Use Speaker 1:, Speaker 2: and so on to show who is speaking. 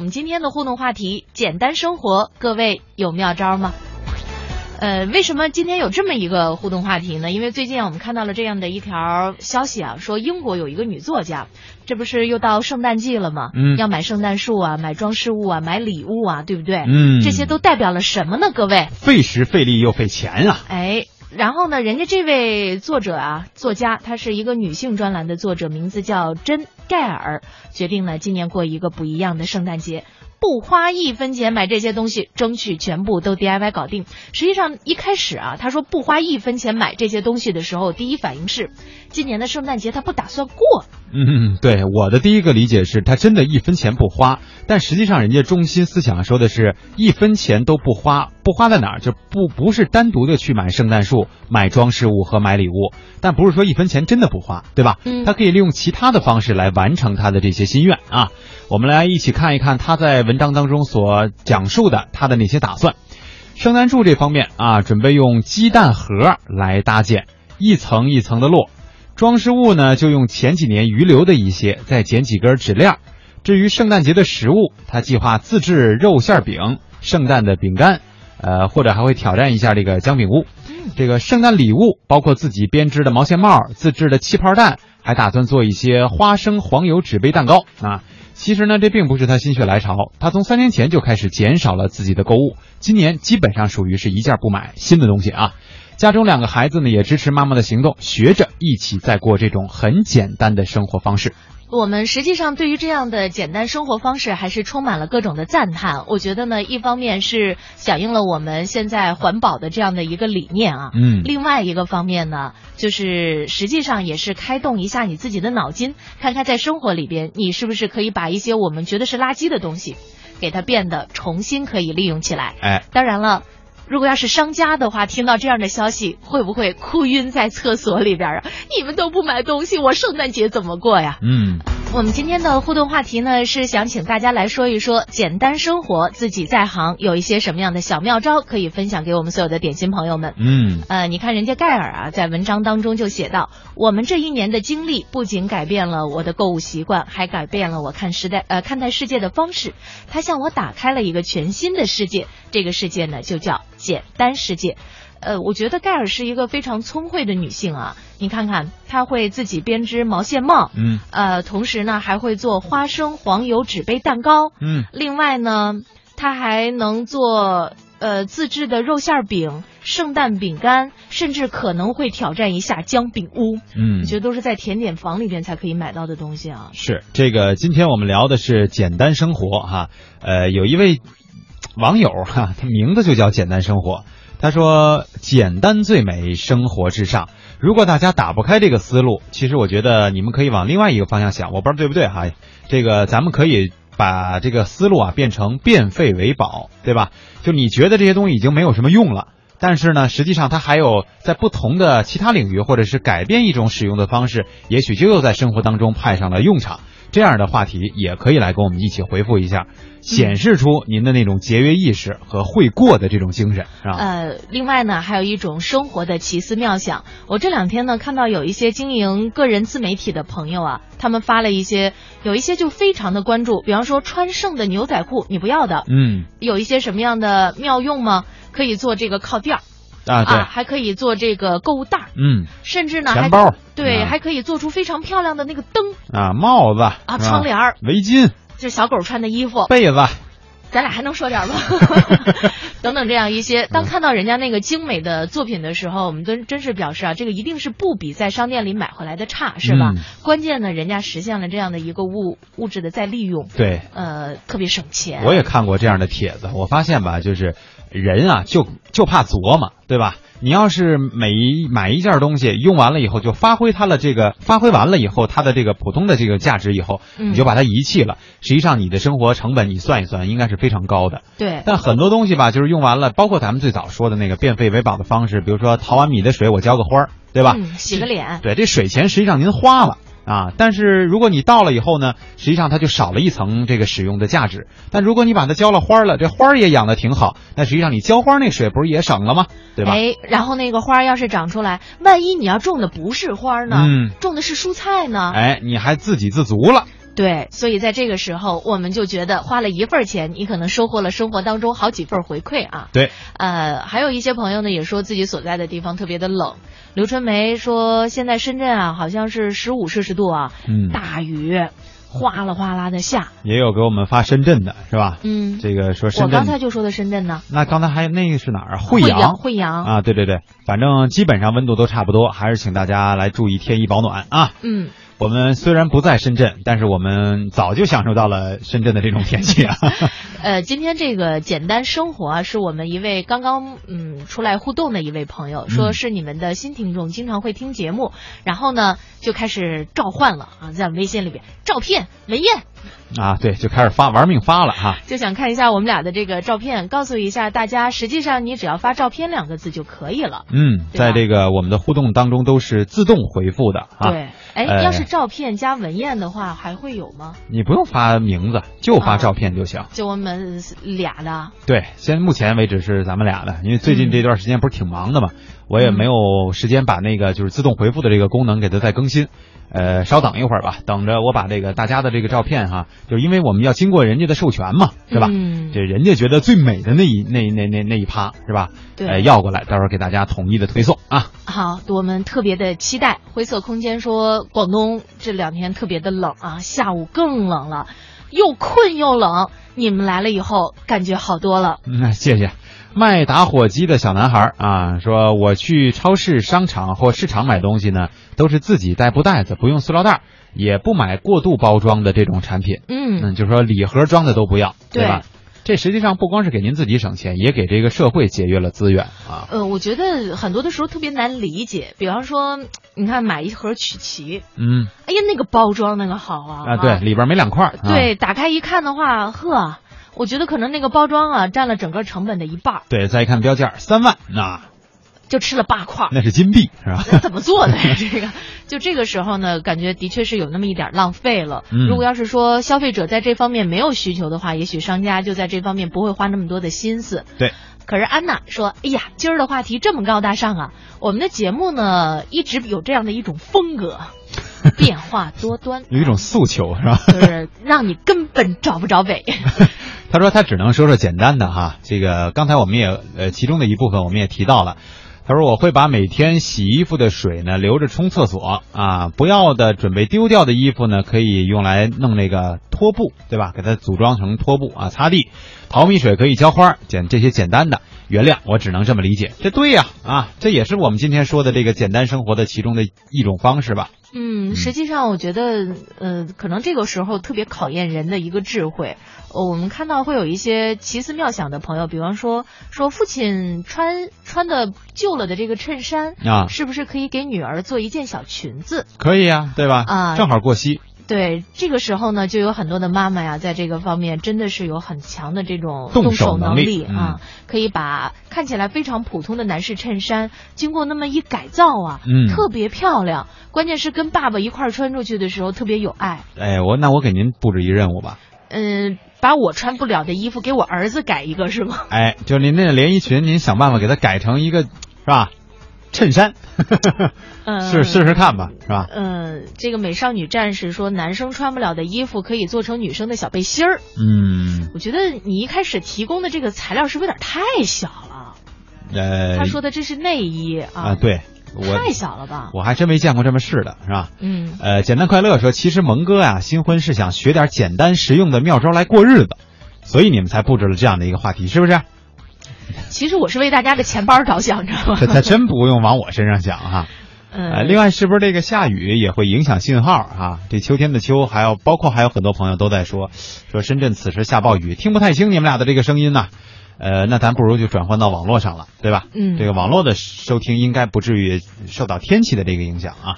Speaker 1: 我们今天的互动话题：简单生活，各位有妙招吗？呃，为什么今天有这么一个互动话题呢？因为最近我们看到了这样的一条消息啊，说英国有一个女作家，这不是又到圣诞季了吗？
Speaker 2: 嗯
Speaker 1: 要买圣诞树啊，买装饰物啊，买礼物啊，对不对？
Speaker 2: 嗯，
Speaker 1: 这些都代表了什么呢？各位，
Speaker 2: 费时费力又费钱啊。
Speaker 1: 哎，然后呢，人家这位作者啊，作家，她是一个女性专栏的作者，名字叫珍盖尔，决定呢今年过一个不一样的圣诞节。不花一分钱买这些东西，争取全部都 DIY 搞定。实际上一开始啊，她说不花一分钱买这些东西的时候，第一反应是，今年的圣诞节她不打算过。
Speaker 2: 嗯，对，我的第一个理解是，他真的一分钱不花，但实际上人家中心思想说的是一分钱都不花，不花在哪儿？就不不是单独的去买圣诞树、买装饰物和买礼物，但不是说一分钱真的不花，对吧？
Speaker 1: 嗯
Speaker 2: 他可以利用其他的方式来完成他的这些心愿啊。我们来一起看一看他在文章当中所讲述的他的那些打算。圣诞树这方面啊，准备用鸡蛋盒来搭建，一层一层的落。装饰物呢，就用前几年余留的一些，再剪几根纸链儿。至于圣诞节的食物，他计划自制肉馅饼、圣诞的饼干，呃，或者还会挑战一下这个姜饼屋。这个圣诞礼物包括自己编织的毛线帽、自制的气泡弹，还打算做一些花生黄油纸杯蛋糕啊。其实呢，这并不是他心血来潮，他从三年前就开始减少了自己的购物，今年基本上属于是一件不买新的东西啊。家中两个孩子呢，也支持妈妈的行动，学着一起再过这种很简单的生活方式。
Speaker 1: 我们实际上对于这样的简单生活方式，还是充满了各种的赞叹。我觉得呢，一方面是响应了我们现在环保的这样的一个理念啊，
Speaker 2: 嗯
Speaker 1: 另外一个方面呢，就是实际上也是开动一下你自己的脑筋，看看在生活里边，你是不是可以把一些我们觉得是垃圾的东西，给它变得重新可以利用起来。
Speaker 2: 哎，
Speaker 1: 当然了。如果要是商家的话，听到这样的消息，会不会哭晕在厕所里边啊？你们都不买东西，我圣诞节怎么过呀？
Speaker 2: 嗯，
Speaker 1: 我们今天的互动话题呢，是想请大家来说一说简单生活，自己在行有一些什么样的小妙招可以分享给我们所有的点心朋友们。
Speaker 2: 嗯，
Speaker 1: 呃，你看人家盖尔啊，在文章当中就写到，我们这一年的经历不仅改变了我的购物习惯，还改变了我看时代呃看待世界的方式。它向我打开了一个全新的世界，这个世界呢就叫简单世界。呃，我觉得盖尔是一个非常聪慧的女性啊，你看看，她会自己编织毛线帽，
Speaker 2: 嗯，
Speaker 1: 呃，同时呢还会做花生黄油纸杯蛋糕，
Speaker 2: 嗯，
Speaker 1: 另外呢，他还能做呃自制的肉馅儿饼、圣诞饼干，甚至可能会挑战一下姜饼屋。
Speaker 2: 嗯
Speaker 1: 我觉得都是在甜点房里边才可以买到的东西啊。
Speaker 2: 是这个，今天我们聊的是简单生活哈、呃，有一位网友哈、他名字就叫简单生活，他说简单最美，生活至上。如果大家打不开这个思路，其实我觉得你们可以往另外一个方向想，我不知道对不对哈、这个咱们可以把这个思路啊变成变废为宝，对吧？就你觉得这些东西已经没有什么用了。但是呢，实际上它还有在不同的其他领域，或者是改变一种使用的方式，也许就又在生活当中派上了用场。这样的话题也可以来跟我们一起回复一下，显示出您的那种节约意识和会过的这种精神，是吧？
Speaker 1: 呃，另外呢，还有一种生活的奇思妙想。我这两天呢，看到有一些经营个人自媒体的朋友啊，他们发了一些，有一些就非常的关注，比方说穿剩的牛仔裤你不要的，
Speaker 2: 嗯
Speaker 1: 有一些什么样的妙用吗？可以做这个靠垫儿
Speaker 2: 啊，对，
Speaker 1: 啊，还可以做这个购物袋儿，
Speaker 2: 嗯
Speaker 1: 甚至呢，
Speaker 2: 钱
Speaker 1: 还
Speaker 2: 包
Speaker 1: 对，
Speaker 2: 嗯
Speaker 1: 还可以做出非常漂亮的那个灯
Speaker 2: 啊，帽子
Speaker 1: 啊，
Speaker 2: 是吧
Speaker 1: 窗帘儿，
Speaker 2: 围巾、
Speaker 1: 就是小狗穿的衣服。
Speaker 2: 被子，
Speaker 1: 咱俩还能说点儿 吗？等等，这样一些，当看到人家那个精美的作品的时候，我们真真是表示啊，这个一定是不比在商店里买回来的差，是吧？
Speaker 2: 嗯
Speaker 1: 关键呢，人家实现了这样的一个物物质的再利用，
Speaker 2: 对，
Speaker 1: 呃，特别省钱。
Speaker 2: 我也看过这样的帖子，我发现吧，就是人啊，就就怕琢磨，对吧？你要是每一买一件东西用完了以后，就发挥它的这个发挥完了以后，它的这个普通的这个价值以后，
Speaker 1: 嗯
Speaker 2: 你就把它遗弃了。实际上，你的生活成本你算一算，应该是非常高的。
Speaker 1: 对，
Speaker 2: 但很多东西吧，就是用完了，包括咱们最早说的那个变废为宝的方式，比如说淘完米的水我浇个花儿，对吧？
Speaker 1: 嗯，洗个脸，
Speaker 2: 对，这水钱实际上您花了啊，但是如果你到了以后呢，实际上它就少了一层这个使用的价值。但如果你把它浇了花儿了，这花儿也养得挺好，那实际上你浇花儿那水不是也省了吗？对吧？
Speaker 1: 哎，然后那个花儿要是长出来，万一你要种的不是花儿呢？
Speaker 2: 嗯哎
Speaker 1: 种的是蔬菜呢？
Speaker 2: 哎，你还自给自足了，
Speaker 1: 对，所以在这个时候，我们就觉得花了一份钱，你可能收获了生活当中好几份回馈啊。
Speaker 2: 对，
Speaker 1: 呃，还有一些朋友呢，也说自己所在的地方特别的冷。刘春梅说，现在深圳啊，好像是十五摄氏度啊，
Speaker 2: 嗯，
Speaker 1: 大雨哗啦哗啦的下。
Speaker 2: 也有给我们发深圳的是吧？
Speaker 1: 嗯，
Speaker 2: 这个说
Speaker 1: 我
Speaker 2: 深
Speaker 1: 刚
Speaker 2: 圳，
Speaker 1: 才就说的深圳呢，
Speaker 2: 那刚才还那个是哪儿啊？
Speaker 1: 惠
Speaker 2: 惠阳。
Speaker 1: 惠阳，
Speaker 2: 啊，对对对，反正基本上温度都差不多，还是请大家来注意贴衣保暖啊。
Speaker 1: 嗯，
Speaker 2: 我们虽然不在深圳，但是我们早就享受到了深圳的这种天 气啊。
Speaker 1: 呃，今天这个简单生活啊，是我们一位刚刚嗯出来互动的一位朋友，说
Speaker 2: 嗯
Speaker 1: 是你们的新听众，经常会听节目，然后呢就开始召唤了啊，在微信里边照片文燕，
Speaker 2: 啊，对，就开始发玩命发了哈、
Speaker 1: 就想看一下我们俩的这个照片，告诉一下大家，实际上你只要发照片两个字就可以了。
Speaker 2: 嗯，
Speaker 1: 对吧啊
Speaker 2: 在这个我们的互动当中都是自动回复的啊。
Speaker 1: 对，哎，
Speaker 2: 呃
Speaker 1: 要是照片加文燕的话，还会有吗？
Speaker 2: 你不用发名字，就发照片就行。
Speaker 1: 就我们俩的，
Speaker 2: 对，现目前为止是咱们俩的，因为最近这段时间不是挺忙的嘛，
Speaker 1: 嗯
Speaker 2: 我也没有时间把那个就是自动回复的这个功能给它再更新。呃，稍等一会儿吧，等着我把这个大家的这个照片哈，就是因为我们要经过人家的授权嘛，是吧？
Speaker 1: 嗯
Speaker 2: 这，人家觉得最美的那一那那那那一趴是吧？
Speaker 1: 对
Speaker 2: 呃，要过来，到时候给大家统一的推送啊。
Speaker 1: 好，我们特别的期待。灰色空间说，广东这两天特别的冷啊，下午更冷了，又困又冷。你们来了以后，感觉好多了。
Speaker 2: 嗯，谢谢。卖打火机的小男孩儿啊，说我去超市、商场或市场买东西呢，都是自己带布袋子，不用塑料袋儿，也不买过度包装的这种产品。
Speaker 1: 嗯，
Speaker 2: 嗯，就是说礼盒装的都不要，
Speaker 1: 对
Speaker 2: 吧？这实际上不光是给您自己省钱，也给这个社会节约了资源啊。
Speaker 1: 呃，我觉得很多的时候特别难理解。比方说，你看买一盒曲奇，
Speaker 2: 嗯
Speaker 1: 哎呀，那个包装那个好啊
Speaker 2: 啊，对，里边没两块儿。啊、
Speaker 1: 对，打开一看的话，呵，我觉得可能那个包装啊占了整个成本的一半儿，
Speaker 2: 对，再一看标价三万，那
Speaker 1: 就吃了八块儿。
Speaker 2: 那是金币是吧？
Speaker 1: 怎么做的呀？这个，就这个时候呢，感觉的确是有那么一点浪费了。
Speaker 2: 嗯
Speaker 1: 如果要是说消费者在这方面没有需求的话，也许商家就在这方面不会花那么多的心思。
Speaker 2: 对。
Speaker 1: 可是安娜说：“哎呀，今儿的话题这么高大上啊！我们的节目呢，一直有这样的一种风格，变化多端，
Speaker 2: 有一种诉求是吧？
Speaker 1: 就是让你根本找不着北。
Speaker 2: 他说他只能说说简单的哈，这个刚才我们也呃其中的一部分我们也提到了，他说我会把每天洗衣服的水呢留着冲厕所啊，不要的准备丢掉的衣服呢可以用来弄那个拖布，对吧？给它组装成拖布啊，擦地，淘米水可以浇花，简这些简单的。原谅我只能这么理解，这对呀啊这也是我们今天说的这个简单生活的其中的一种方式吧。
Speaker 1: 嗯，实际上我觉得，呃，可能这个时候特别考验人的一个智慧。呃我们看到会有一些奇思妙想的朋友，比方说说父亲穿穿的旧了的这个衬衫，
Speaker 2: 啊，
Speaker 1: 是不是可以给女儿做一件小裙子？
Speaker 2: 可以呀、对吧？
Speaker 1: 啊
Speaker 2: 正好过膝，
Speaker 1: 对，这个时候呢，就有很多的妈妈呀，在这个方面真的是有很强的这种
Speaker 2: 动
Speaker 1: 动
Speaker 2: 手
Speaker 1: 手
Speaker 2: 能
Speaker 1: 能
Speaker 2: 力
Speaker 1: 啊，可以把看起来非常普通的男士衬衫，经过那么一改造啊，
Speaker 2: 嗯，
Speaker 1: 特别漂亮。关键是跟爸爸一块儿穿出去的时候特别有爱。
Speaker 2: 哎，我那我给您布置一任务吧。
Speaker 1: 嗯，把我穿不了的衣服给我儿子改一个是吗？
Speaker 2: 哎，就是您那连衣裙，您想办法给它改成一个，是吧？衬衫，
Speaker 1: 嗯，
Speaker 2: 试试。试看吧，是吧？
Speaker 1: 嗯，这个美少女战士说，男生穿不了的衣服可以做成女生的小背心儿。
Speaker 2: 嗯，
Speaker 1: 我觉得你一开始提供的这个材料是不是有点太小了？
Speaker 2: 呃，
Speaker 1: 他说的这是内衣哎啊，
Speaker 2: 啊，对我
Speaker 1: 太小了吧？
Speaker 2: 我还真没见过这么试的，是吧？
Speaker 1: 嗯，
Speaker 2: 呃，简单快乐说，其实蒙哥啊，新婚是想学点简单实用的妙招来过日子，所以你们才布置了这样的一个话题，是不是？
Speaker 1: 其实我是为大家的钱包着想， 知道吗
Speaker 2: 这？他真不用往我身上想哈、呃，
Speaker 1: 嗯，
Speaker 2: 另外，是不是这个下雨也会影响信号啊？这秋天的秋，还有包括还有很多朋友都在说，说深圳此时下暴雨，听不太清你们俩的这个声音呐、呃，那咱不如就转换到网络上了，对吧？
Speaker 1: 嗯
Speaker 2: 这个网络的收听应该不至于受到天气的这个影响啊。